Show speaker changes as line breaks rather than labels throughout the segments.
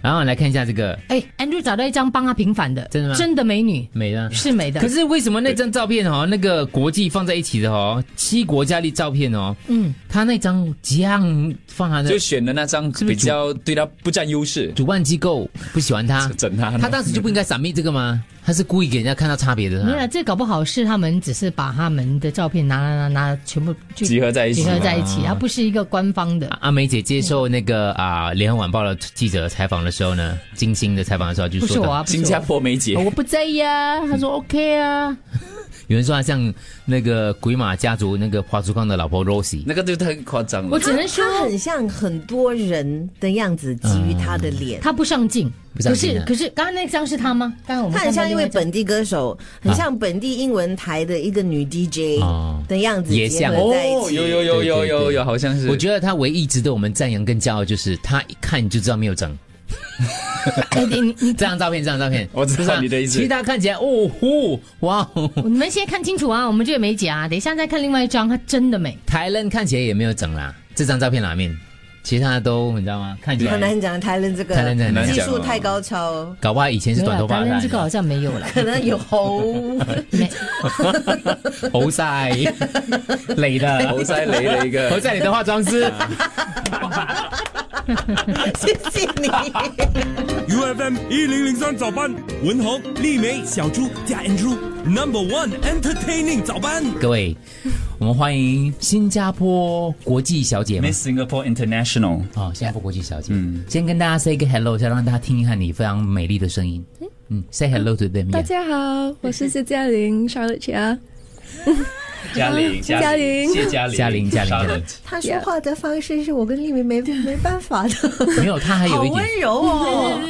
然后来看一下这个
哎，Andrew 找到一张帮他平反的，
真的吗
真的美女
美的。
是美的
可，是为什么那张照片哦，那个国际放在一起的哦，七国家的照片哦，
嗯，
他那张这样放他的
就选的那张
不是
比较对他不占优势，，
主办机构不喜欢他
整他呢。
啊他当时就不应该闪避这个吗？他是故意给人家看到差别的
没有
啊。
啦，这搞不好是他们只是把他们的照片拿拿拿拿全部就
集合在一起
集
嘛，
合在一
啊
起，它不是一个官方的。
阿梅姐接受那个啊《联合晚报》的记者采访的时候呢，金星的采访的时候就
不是
说
我
到，
啊，不是
新加
我
坡梅姐
啊，我不在意
嗯
啊。他说 OK 啊，
有人说他像那个鬼马家族那个华叔康的老婆 Rosie，
那个就太夸张
我
了。
只能说
他很像很多人的样子，基于他的脸。
他不上镜。
不上
可
镜
是
啊
可是，刚刚那张是他吗？刚刚我们
他很
看到
像一
另外
位
一张
本地歌手，很像本地英文台的一个女 DJ
哦
的样子
也
结
像
合在一起。
哦有有有有有有，好像是。
我觉得他唯一值得我们赞扬跟骄傲就是他一看就知道没有整。
哎你你你
这张照片，这张照片，
我知道
不是啊
你的意思
其他看起来，哦呼，哇哦，
你们先看清楚啊，我们这个美甲、啊，等一下再看另外一张，她真的美。
台人看起来也没有整啦。这张照片哪面，其他都你知道吗？看起
很
来，
难讲台人这个
台人真的很难
技
讲
术太高超，
搞不好以前是短头发
没有啦当然这个好
的，
像没有了。
可能有猴。
没
猴 赛累的，
侯赛雷的一 个
猴赛你的化妆师。
啊
谢谢你。
U F M 一零零三早班，文宏、丽梅、小猪加 Andrew Number One Entertaining 早班。
各位，我们欢迎新加坡国际小姐吗？
Miss Singapore International，
哦，新加坡国际小姐，嗯，先跟大家 say 一个 hello，再让大家听一下你非常美丽的声音。嗯，say hello to them，
大
yeah
家好，我是谢嘉玲 ，Charlotte 家。
嘉玲，
啊嘉玲
谢嘉玲，
嘉玲嘉玲
莎
嘉玲
乐
他说话的方式是我跟丽梅没没办法的，
没有，她还
好
有一点。
温柔 哦。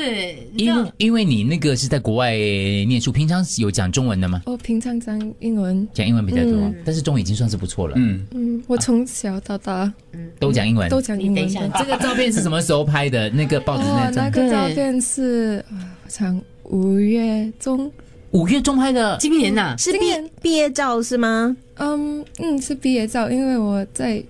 因为因为你那个是在国外念书，平常有讲中文的吗？
我平常讲英文，
讲英文比较多，但是中文已经算是不错了。嗯，
嗯，
嗯，我从小到大
啊
都讲英文。
都讲英文
你等一
的。
这个照片是什么时候拍的？那个报纸
哦
那，张
那个照片是，啊我想五月中，
五月中拍的。
今年啊呐、
是
今
毕
年
毕业照是吗？
嗯嗯，是毕业照，因为我在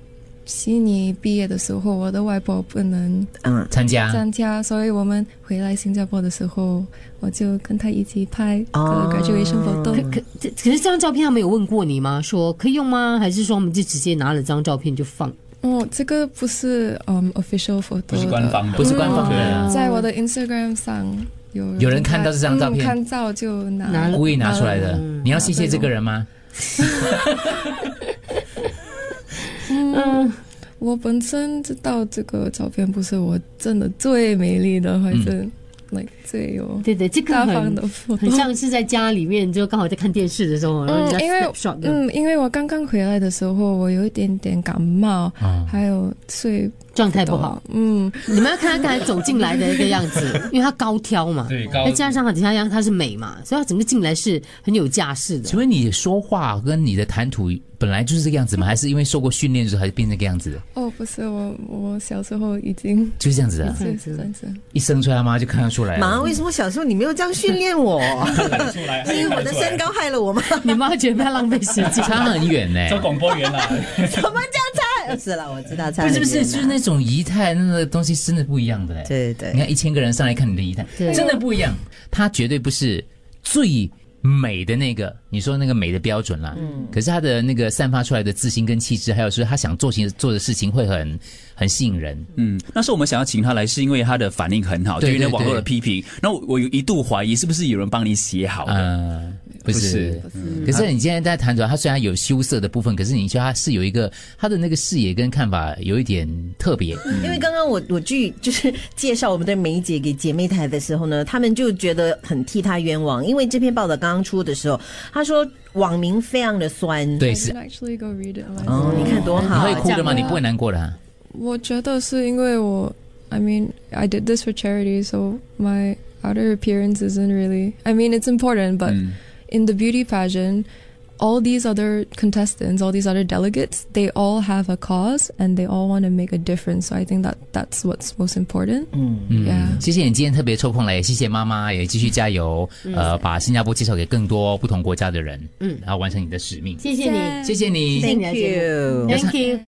悉尼毕业的时候，我的外婆不能
嗯，
参加
参加，所以我们回来新加坡的时候，我就跟她一起拍这
哦
个 graduation 活动。
可这可是这张照片他们有问过你吗？说可以用吗？还是说我们就直接拿了张照片就放？
哦，这个不是嗯 official 活动，
不是官方的，
不是官方的，
嗯在我的 Instagram 上有
嗯啊有人看到这张照片
嗯看到就拿
拿了
故意拿出来的。你要谢谢这个人吗？
嗯，我本身知道这个照片不是我真的最美丽的，或者、like
嗯
最有
对对，这个
大方
很
的 活
很
动。
像是在家里面，就刚好在看电视的时候，然后人
嗯，因为
家 snapshot 的
嗯，因为我刚刚回来的时候，我有一点点感冒，
啊
还有睡
状态不好。。
嗯，
你们要看他刚才走进来的一个样子， 因为他高挑嘛，
对高
再加上他底下样他是美嘛，所以他整个进来是很有架势的
请。问你说话跟你的谈吐本来就是这个样子吗？还是因为受过训练之后才变成这个样子的？
哦，不是我，我小时候已经
就是这样子的，
是
子
算是
一生出来妈妈就看得出来了。
妈，为什么小时候你没有这样训练 我？
看得出来，
是因为我的身高害了我吗？
你妈觉得不要浪费时间，
差很远呢、
做广播员
啊
啦，
怎么叫差？是了，我知道差
不
很
是
远
不
啊。
是，就是那种仪态，那个东西真的不一样的嘞、
对对
你看一千个人上来看你的仪态，
对
真的不一样。她绝对不是最美的那个，你说那个美的标准啦。可是她的那个散发出来的自信跟气质，还有说她想做情做的事情会很很吸引人。
嗯，那时候我们想要请他来，是因为他的反应很好，
对
对于那
对
网络的
对
批评。那我我有一度怀疑是不是有人帮你写好的，
嗯，不
不
是嗯可
是。
是你今天在谈出来，她虽然有羞涩的部分，可是你说她是有一个她的那个视野跟看法有一点特别。
因为刚刚我我去就是介绍我们的梅姐给姐妹台的时候呢，他们就觉得很替她冤枉，因为这篇报道刚刚出的时候，她说网民非常的酸。
对，
I
是
didn't actually go read it myself.
哦，你看多
你
好
会，哭的吗？
这样
你不会难过的啊。
我觉得是因为我，I mean, I did this for charity, so my outer appearance isn't really. I mean, it's important, but
Mm.
in the beauty pageant, all these other contestants, all these other delegates, they all have a cause and they all want to make a difference. So I think that that's what's most important.
嗯
Yeah.
嗯谢谢你今天特别抽空来，也谢谢妈妈，也继续加油，呃，把新加坡介绍给更多不同国家的人，嗯，然后完成你的使命。
谢谢你
谢谢你，
Thank you。
，Thank you。